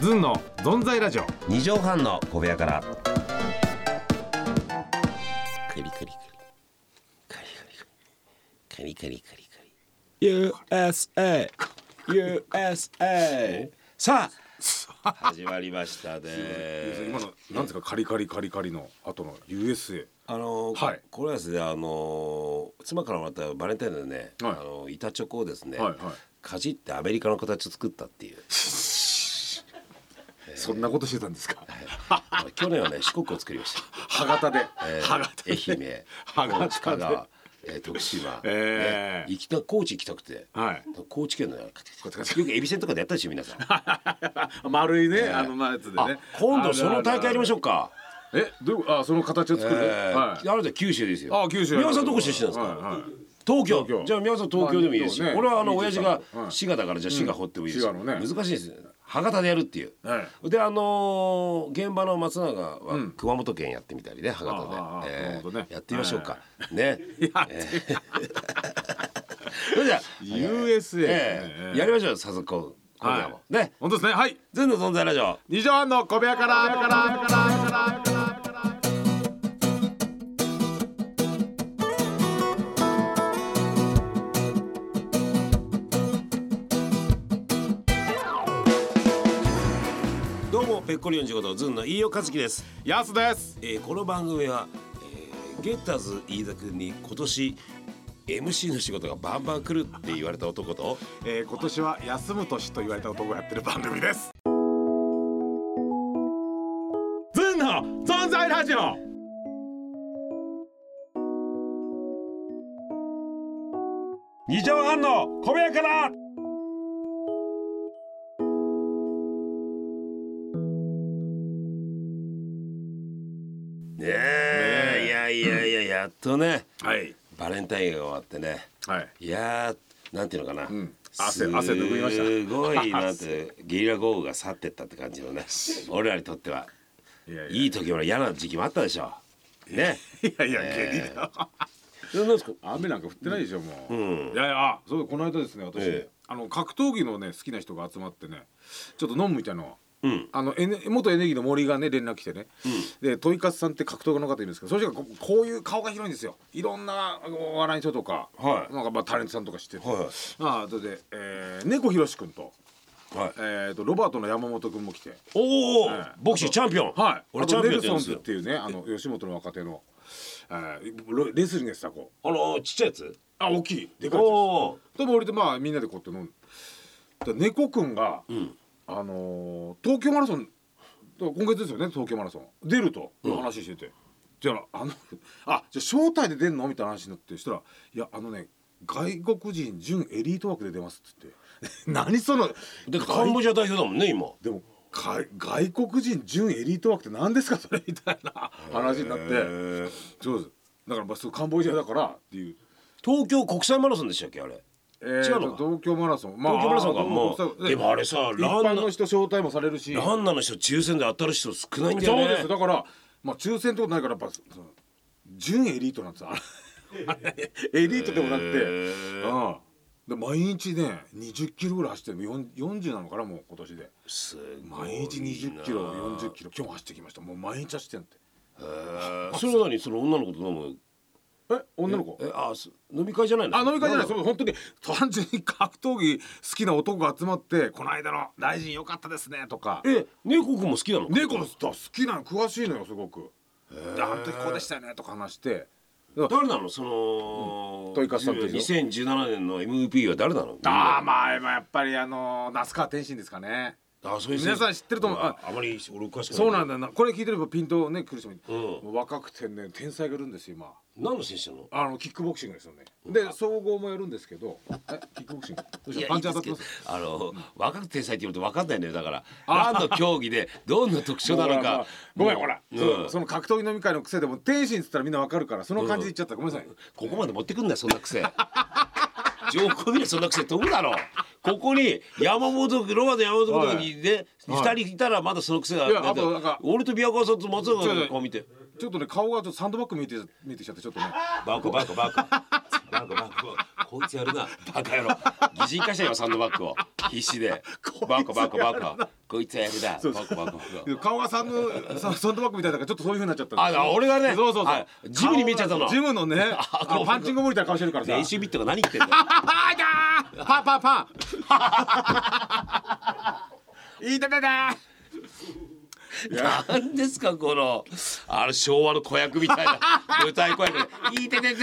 ずんのぞんざいラジオ二畳半の小部屋から。カリカリカリカリカリカリカリカリカリ USA USA さあ始まりましたね今のなんですかカリカリカリカリの後の USA あのーはいこれはですねあのー妻からもらったバレンタインでね、はいあのー板チョコをですね、はいはいかじってアメリカの形を作ったっていうそんなことしてたんですか去年はね四国を作りました歯型でえー歯型で歯愛媛型で大津香川、えー徳島、えーね行きた高知行きたくて、はい高知県のやこっちこっちよくエビせんとかでやったでしょ皆さん、丸いね、ーあのまあやつであね今度その大会やりましょううかえどういうあその形を作る、えーはいあれじゃ九州ですよあ九州宮本さんどこ出身なんですか、はいはい東京東京じゃあ宮本さん東京でもいいですし、まあね俺はあの親23父がはい滋賀だからじゃあ滋賀掘ってもいいですし、滋賀のね難しいですよ歯型でやるっていう、はであのー現場の松永はん熊本県やってみたりね歯ああああ型で、えー熊本ねやってみましょうか、ねえーそれじゃあ USA ええーえやりましょう早速こう今夜も、ね本当ですねはい全の存在ラジオ二畳半の小部屋からからからどうもペッコリ45度ズンの飯尾和樹ですやすですえーこの番組は、えーゲッターズ飯田君に今年 MC の仕事がバンバン来るって言われた男とえー、今年は休む年と言われた男がやってる番組ですズンの存在ラジオ二畳半の小部屋から。ねえいやいやいややっとねはいバレンタインが終わってねはいいやーなんていうのかな、ん汗汗拭いましたすごいな んてゲリラ豪雨が去ってったって感じのね俺らにとってはいやいやいい時も嫌な時期もあったでしょねいやいや、ゲリラなんですか雨なんか降ってないでしょもう、うんいやいやあそうこの間ですね私、ええあの格闘技のね好きな人が集まってねちょっと飲むみたいなのうんあのエネ元エネギーの森がね連絡来てね、でトイカツさんって格闘家の方いるんですけどその人がここういう顔が広いんですよいろんなあのお笑いの人とか、はいなんかまあタレントさんとか知ってて、はいはいああそれで、えー、猫ひろし君と,、はいえー、とロバートの山本君も来ておお、ええボクシーチャンピオンはい俺俺チチャャンンピピオオンンって言うんですっよていうねあの吉本の若手の、えー、レスリングした子あのちっちゃいやつあ大きいでかいやつですおでも俺でまあみんなでこうやって飲んでで猫くんが、あのー東京マラソンだから今月ですよね東京マラソン出ると話してて、じゃああのあじゃあ招待で出んのみたいな話になってしたら「いやあのね外国人準エリート枠で出ます」っつって「 何そのおでカンボジア代表だもんね今でもか外国人準エリート枠って何ですかそれ」みたいな話になってへえそうですだからまあそうカンボジアだからっていう。東京国際マラソンでしたっけあれえー違うのかと東京マラソン、ま東京マラソンがあーもう東京国際でもあれ一さランナー般の人招待もされるしランナーの人抽選で当たる人少ないんだよそうねですだからまあ抽選ってことないからやっぱその準エリートなんですよ あれあれエリートでもなくて、へうんで毎日ね20キロぐらい走ってるもう4 40なのかなもう今年ですごい毎日20キロ40キロ今日も走ってきましたもう毎日走ってんってへえそれは何その女の子と飲むえ女の子えあす飲み会じゃないのあ飲み会じゃないそそう本当に単純に格闘技好きな男が集まって「この間の大臣良かったですね」とかえ猫くんも好きなの猫の人好きなの詳しいのよすごく。であの時こうでしたよねとか話して誰なのそのトイカツさんっていうの2017年の MVP は誰なのああまあやっぱりあの那須川天心ですかねあそういう皆さん知ってると思うああまり俺詳しくないそうなんだよなこれ聞いてればピントをね来る人もいる、んもう若くてね天才がいるんですよ今何の選手なのあのキックボクシングですよねで総合もやるんですけどえキックボクシングどうしいたやパンチ当たっいていまですすけどあの若くて天才って言うと分かんないのよだから何の競技でどんな特徴なのかごめんほら、うんそうその格闘技飲み会の癖でも天心っつったらみんなわかるからその感じで言っちゃった、ごめんなさいここまで持ってくんなよそんな癖 上皇にはそんな癖飛ぶだろここに山本君ロバート山本君とかにねはい二人いたらまだその癖がいやあとなんか俺と宮川さんと松岡君の顔見てちょっとね顔がちょっとサンドバッグ見えて見えてきちゃってちょっと ねバカバカバカバカバカこ いつやるなバカ野郎擬人化したよサンドバッグを必死でバカバカバカこいつはやるだそうバコバコバコ顔がサンドササンドバッグみたいだからちょっとそういう風になっちゃったんですあ俺がねそうそうそあうジムに見えちゃったの顔がジムのねあのパンチングモニター顔してるからさ練習ビットが何言ってんだよあーだーパンパンパンいいだだだー何ですかこのあの昭和の子役みたいな舞 台子役で「いいててて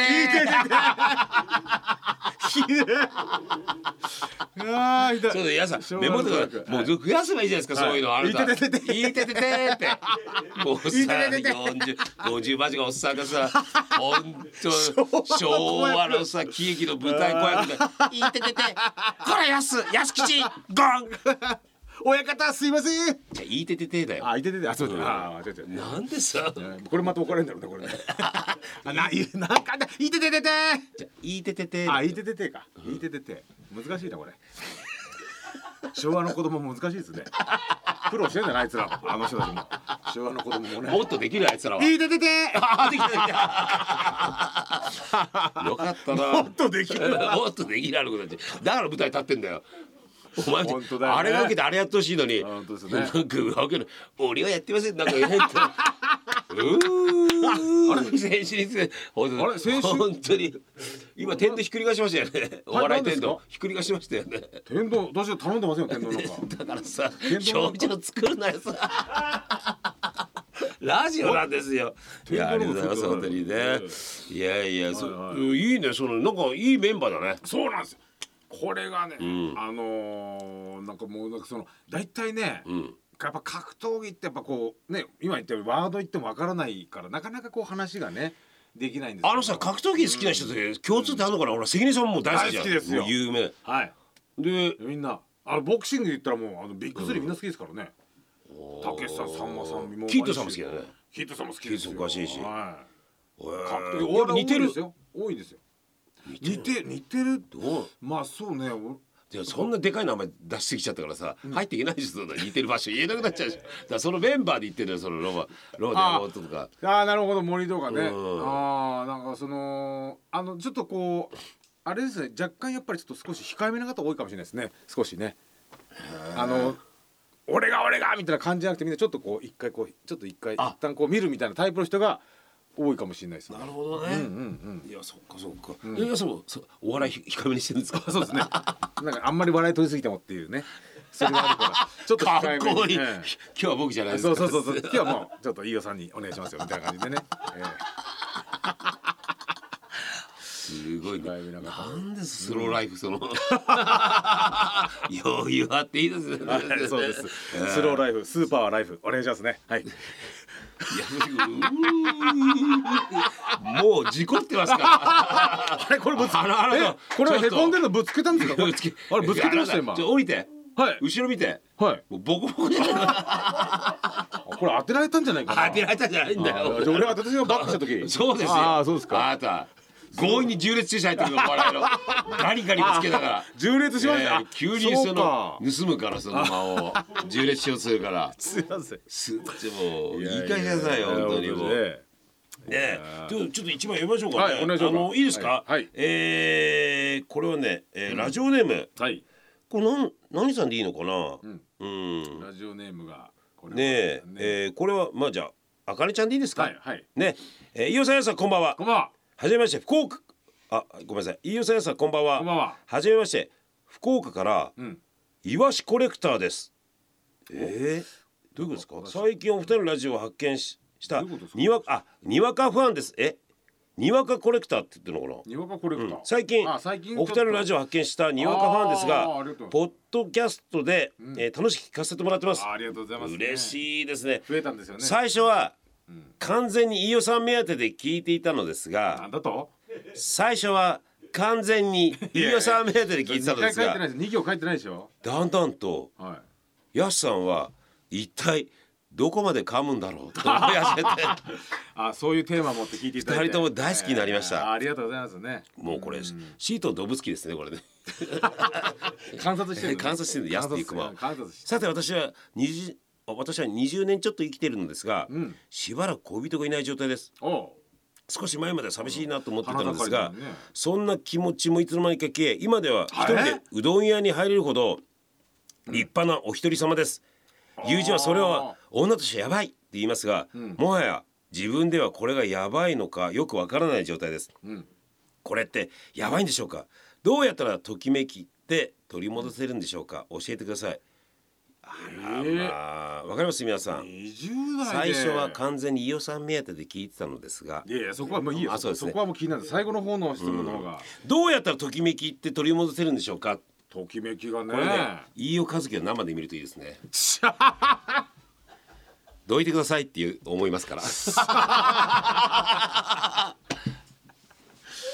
ああ、いた。 そうだ皆さんメメモモととかか。もう増やせばいいじゃないですか、はいそういうのあるからいてててていてててて ってもうさいてててて40 50間近おっさん がさ本当昭和のさ喜劇の舞台子役で「いててててこらやすやす吉ゴン!」親方、すいません。じゃあいてててだよあ、いててて、あ、そうだ。ああ、違う違う。なんでさこれまた怒られるんだろうね、これね。 あ、な、い、なんかね、いてててて。じゃあいてててあ、いてててか。いててて。難しいな、 これ。昭和の子供難しいですね。苦労してんだな、あいつらも。あの人たちも。昭和の子供もねも。っとできるあいつらは。いててて。あできたできた。 よかったな。もっとできる もっとできるあることだって。だから舞台立ってんだよ。お前本当だよねあれが受けてあれやってほしいのに。あ本当ですねなんかわけない。俺はやってません。なんか変 な。うーあれ先週について本当あれ先週本当に今テントひっくり返しましたよねおはい笑い何でテすンかトひっくり返しましたよね天丼、どうしよう、頼んでませんよ、天丼なんか。 だからさ天丼なん表か情作るなよさ ラジオなんですよいやありがとうございます本当にねいやいやそはいいねそのなんかいいメンバーだねそうなんですよ。これがね、あのーなんかもうなんかその大体ね、やっぱ格闘技ってやっぱこうね今言ったようにワード言ってもわからないからなかなかこう話がねできないんですけどあのさ格闘技好きな人って共通ってあるのかな俺関根さんも大好きじゃ大好んきですよもう有名はいでみんなあのボクシングで言ったらもうあのビッグスリーみんな好きですからね。たけしさん、さんまさん、もうキッドさんも好きだね。キッドさんも好きですよ。キッド詳しいしはい。ー格闘技、お笑い似てる多いですよ。多いですよ。似て、似てる。どうまあ、そうね。俺でそんなでかい名前出してきちゃったからさ、入っていけないでしょそんな似てる場所言えなくなっちゃうでしょだからそのメンバーで言ってるよそのロバロバでやろうとかああなるほど森とかね、うんああなんかそのあのちょっとこうあれですね若干やっぱりちょっと少し控えめな方多いかもしれないですね少しねあの俺が俺がみたいな感じじゃなくてみんなちょっとこう一回こうちょっと一回あ一旦こう見るみたいなタイプの人が多いかもしれないですねなるほどね、うんうんいやそっかそっか、いやそのそお笑いひ控えめにしてるんです かうんそうですねなんかあんまり笑い取りすぎてもっていう ねそれがあるからちょっとか控えっめにこいい、ええ今日は僕じゃないですそかうそうそうそう。今日はもうちょっと飯尾さんにお願いしますよみたいな感じでね。え すごいね控えめな方なんでスローライフ その余裕あっていいですねえ そうです。スローライフ、スーパーはライフ、お願いしますね。はい。いやうーもう事故ってますからあれこれ ぶつあらあらえこれはちょっへとこんでるのぶつけたんですか。これあれぶつけてましたよ今ち。ょ降りてはい後ろ見てはい。もうボコボコじゃないこれ当てられたんじゃないかな。当てられたんじゃないんだあよーじゃあ俺は私がバックした時。そうですよ。ああそうですあか。なた強引に重列駐車入ってくるのお笑いの。ガリガリぶつけ ながら。重列しました。 えあー急にそそうのか盗むからその間を重列しようとするから。すいません。すっちもう言い返しなさいよ本当にもう。ねう。えちょっとちょっと一枚読みましょうかね。はいお願いしますあのいいですか。はいはいえーこれはね、えーラジオネームはい。これなん何さんでいいのかな。うん。ラジオネームがこれはねええーこれはまあじゃああかねちゃんでいいですか。はいはい。ねえー飯尾さんやさんこんばんはこん。ばんは。はじめまして福岡あごめんなさい飯尾さんやさんこんばんはこんばんはじめまして福岡からうん。イワシコレクターですえー、どういうことですか最近お二人のラジオを発見ししたどういうことですかにわあにわかファンですえにわかコレクターって言ってるのかなにわかコレクター。最近あ最近お二人のラジオを発見したにわかファンですあーがありがとうポッドキャストで、えー楽しく聞かせてもらってますあありがとうございます。嬉い。しいですね増えたんですよね。最初は完全に飯尾さん目当てで聞いていたのですが、なんだと？最初は完全に飯尾さん目当てで聞いてたの二で回す書いてないがです。二行書いてないでしょ。だんだんとはい。ヤスさんは一体どこまで噛むんだろうと思い始めてあそういうテーマ持って聞いていただいて二人とも大好きになりましたえーありがとうございますねもうこれシート動物きですねこれね観察してる、観察してる安っていう熊観察してさて私は20あ私は20年ちょっと生きているのですが、んしばらく恋人がいない状態ですお少し前までは寂しいなと思っていたのですうが、ん花盛りだねそんな気持ちもいつの間にか消え今では一人あでれうどん屋に入れるほど立派なお一人様です、友人はそれは女としてやばいって言いますが、んもはや自分ではこれがやばいのかよくわからない状態ですうんこれってやばいんでしょうかどうやったらときめきって取り戻せるんでしょうか教えてくださいあらえーまあわかります皆さん20代最で初は完全に飯尾さん目当てで聞いてたのですがいやいやそこはもういいよあそうですねそこはもう気になる最後の方の質問の方が、どうやったらときめきって取り戻せるんでしょうかときめきがねこれね飯尾和樹を生で見るといいで すねどいてくださいっていう思いますからね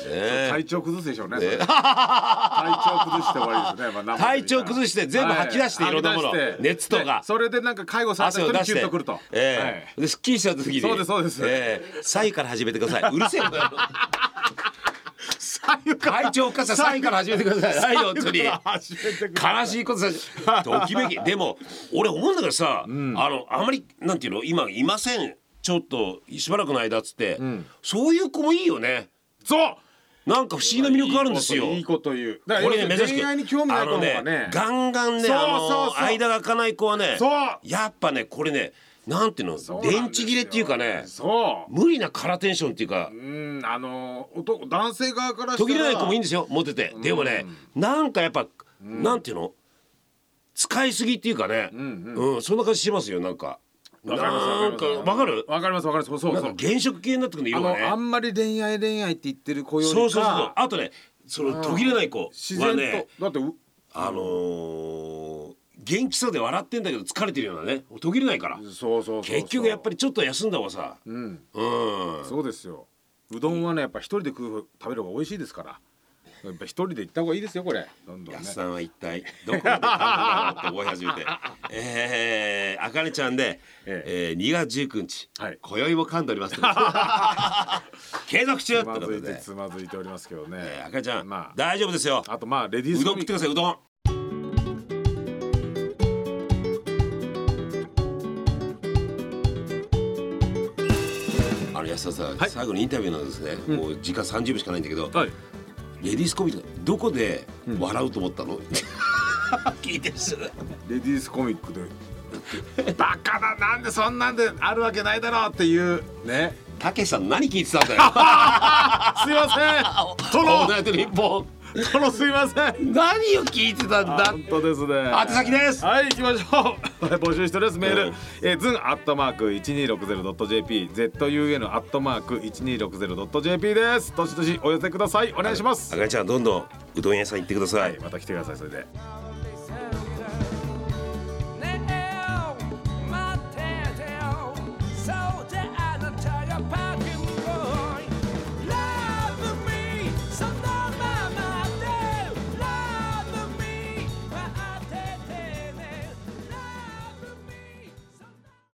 え体調崩すでしょうねそれ体調崩して終わり ですね、まあ生で見たら、体調崩して全部吐き出していろんなもの吐き出して熱とかでそれでなんか介護された汗を人に出キしュッてとくると、ええでスッキリした時にそうですそうですええ左右から始めてくださいうるせえよはい、左右から体調おかしさ左右から始めてくださいはい本当に始めてくる悲しいことさときめ きでも俺思うんだけどさ、あのあまりなんていうの今いませんちょっとしばらくの間っつって、そういう子もいいよねそうなんか不思議な魅力があるんですよいいこと言うだからこれね珍しく恋愛に興味ない子の方があのねガンガンねあのそうそうそう間が開かない子はねそうやっぱねこれねなんていうのそうなんですよ電池切れっていうかねそう無理なカラテンションっていうかうんあの男男性側からしたら途切れない子もいいんですよモテてでもねなんかやっぱなんていうの使いすぎっていうかねうんそんな感じしますよなんかわかりますなんかわかるわかりますわかりますそうそうなんそかう原色系になってくるのあ色がのあねんまり恋愛恋愛って言ってる子よりかそうそうそうあとねその途切れない子自は然と、ねだってうあのー元気そうで笑ってんだけど疲れてるようなね途切れないからそうそうそうそう結局やっぱりちょっと休んだ方がさうんんそうですようどんはねやっぱ一人で食う食べる方が美味しいですからやっぱ一人で行った方がいいですよこれどんどんね安さんは一体どこまで噛んだんだろうって思い始めてえー、あかねちゃんで、えー2月19日、はい今宵も噛んでおります 継続中つってこまとずいてで、つまずいておりますけどね、えー、あかねちゃん、まあ大丈夫ですよあとまあレディースうどん食ってくださいうどんあの安田さん、最後のインタビューなんですね、もう時間30秒しかないんだけど、はいレディースコミックどこで笑うと思ったの、聞いてる人だレディースコミックでバカだなんでそんなんであるわけないだろうっていうねたけしさん何聞いてたんすだよいま せんオール殿ナイトニッポン殿すいません何を聞いてたんだ本当ですね宛先ですはい行きましょう募集しておりますメール、うんえーズンアットマーク 1260.jp zun アットマーク 1260.jp ですどしどしお寄せくださいお願いします、あかりちゃんどんどんうどん屋さん行ってくださいはいまた来てくださいそれで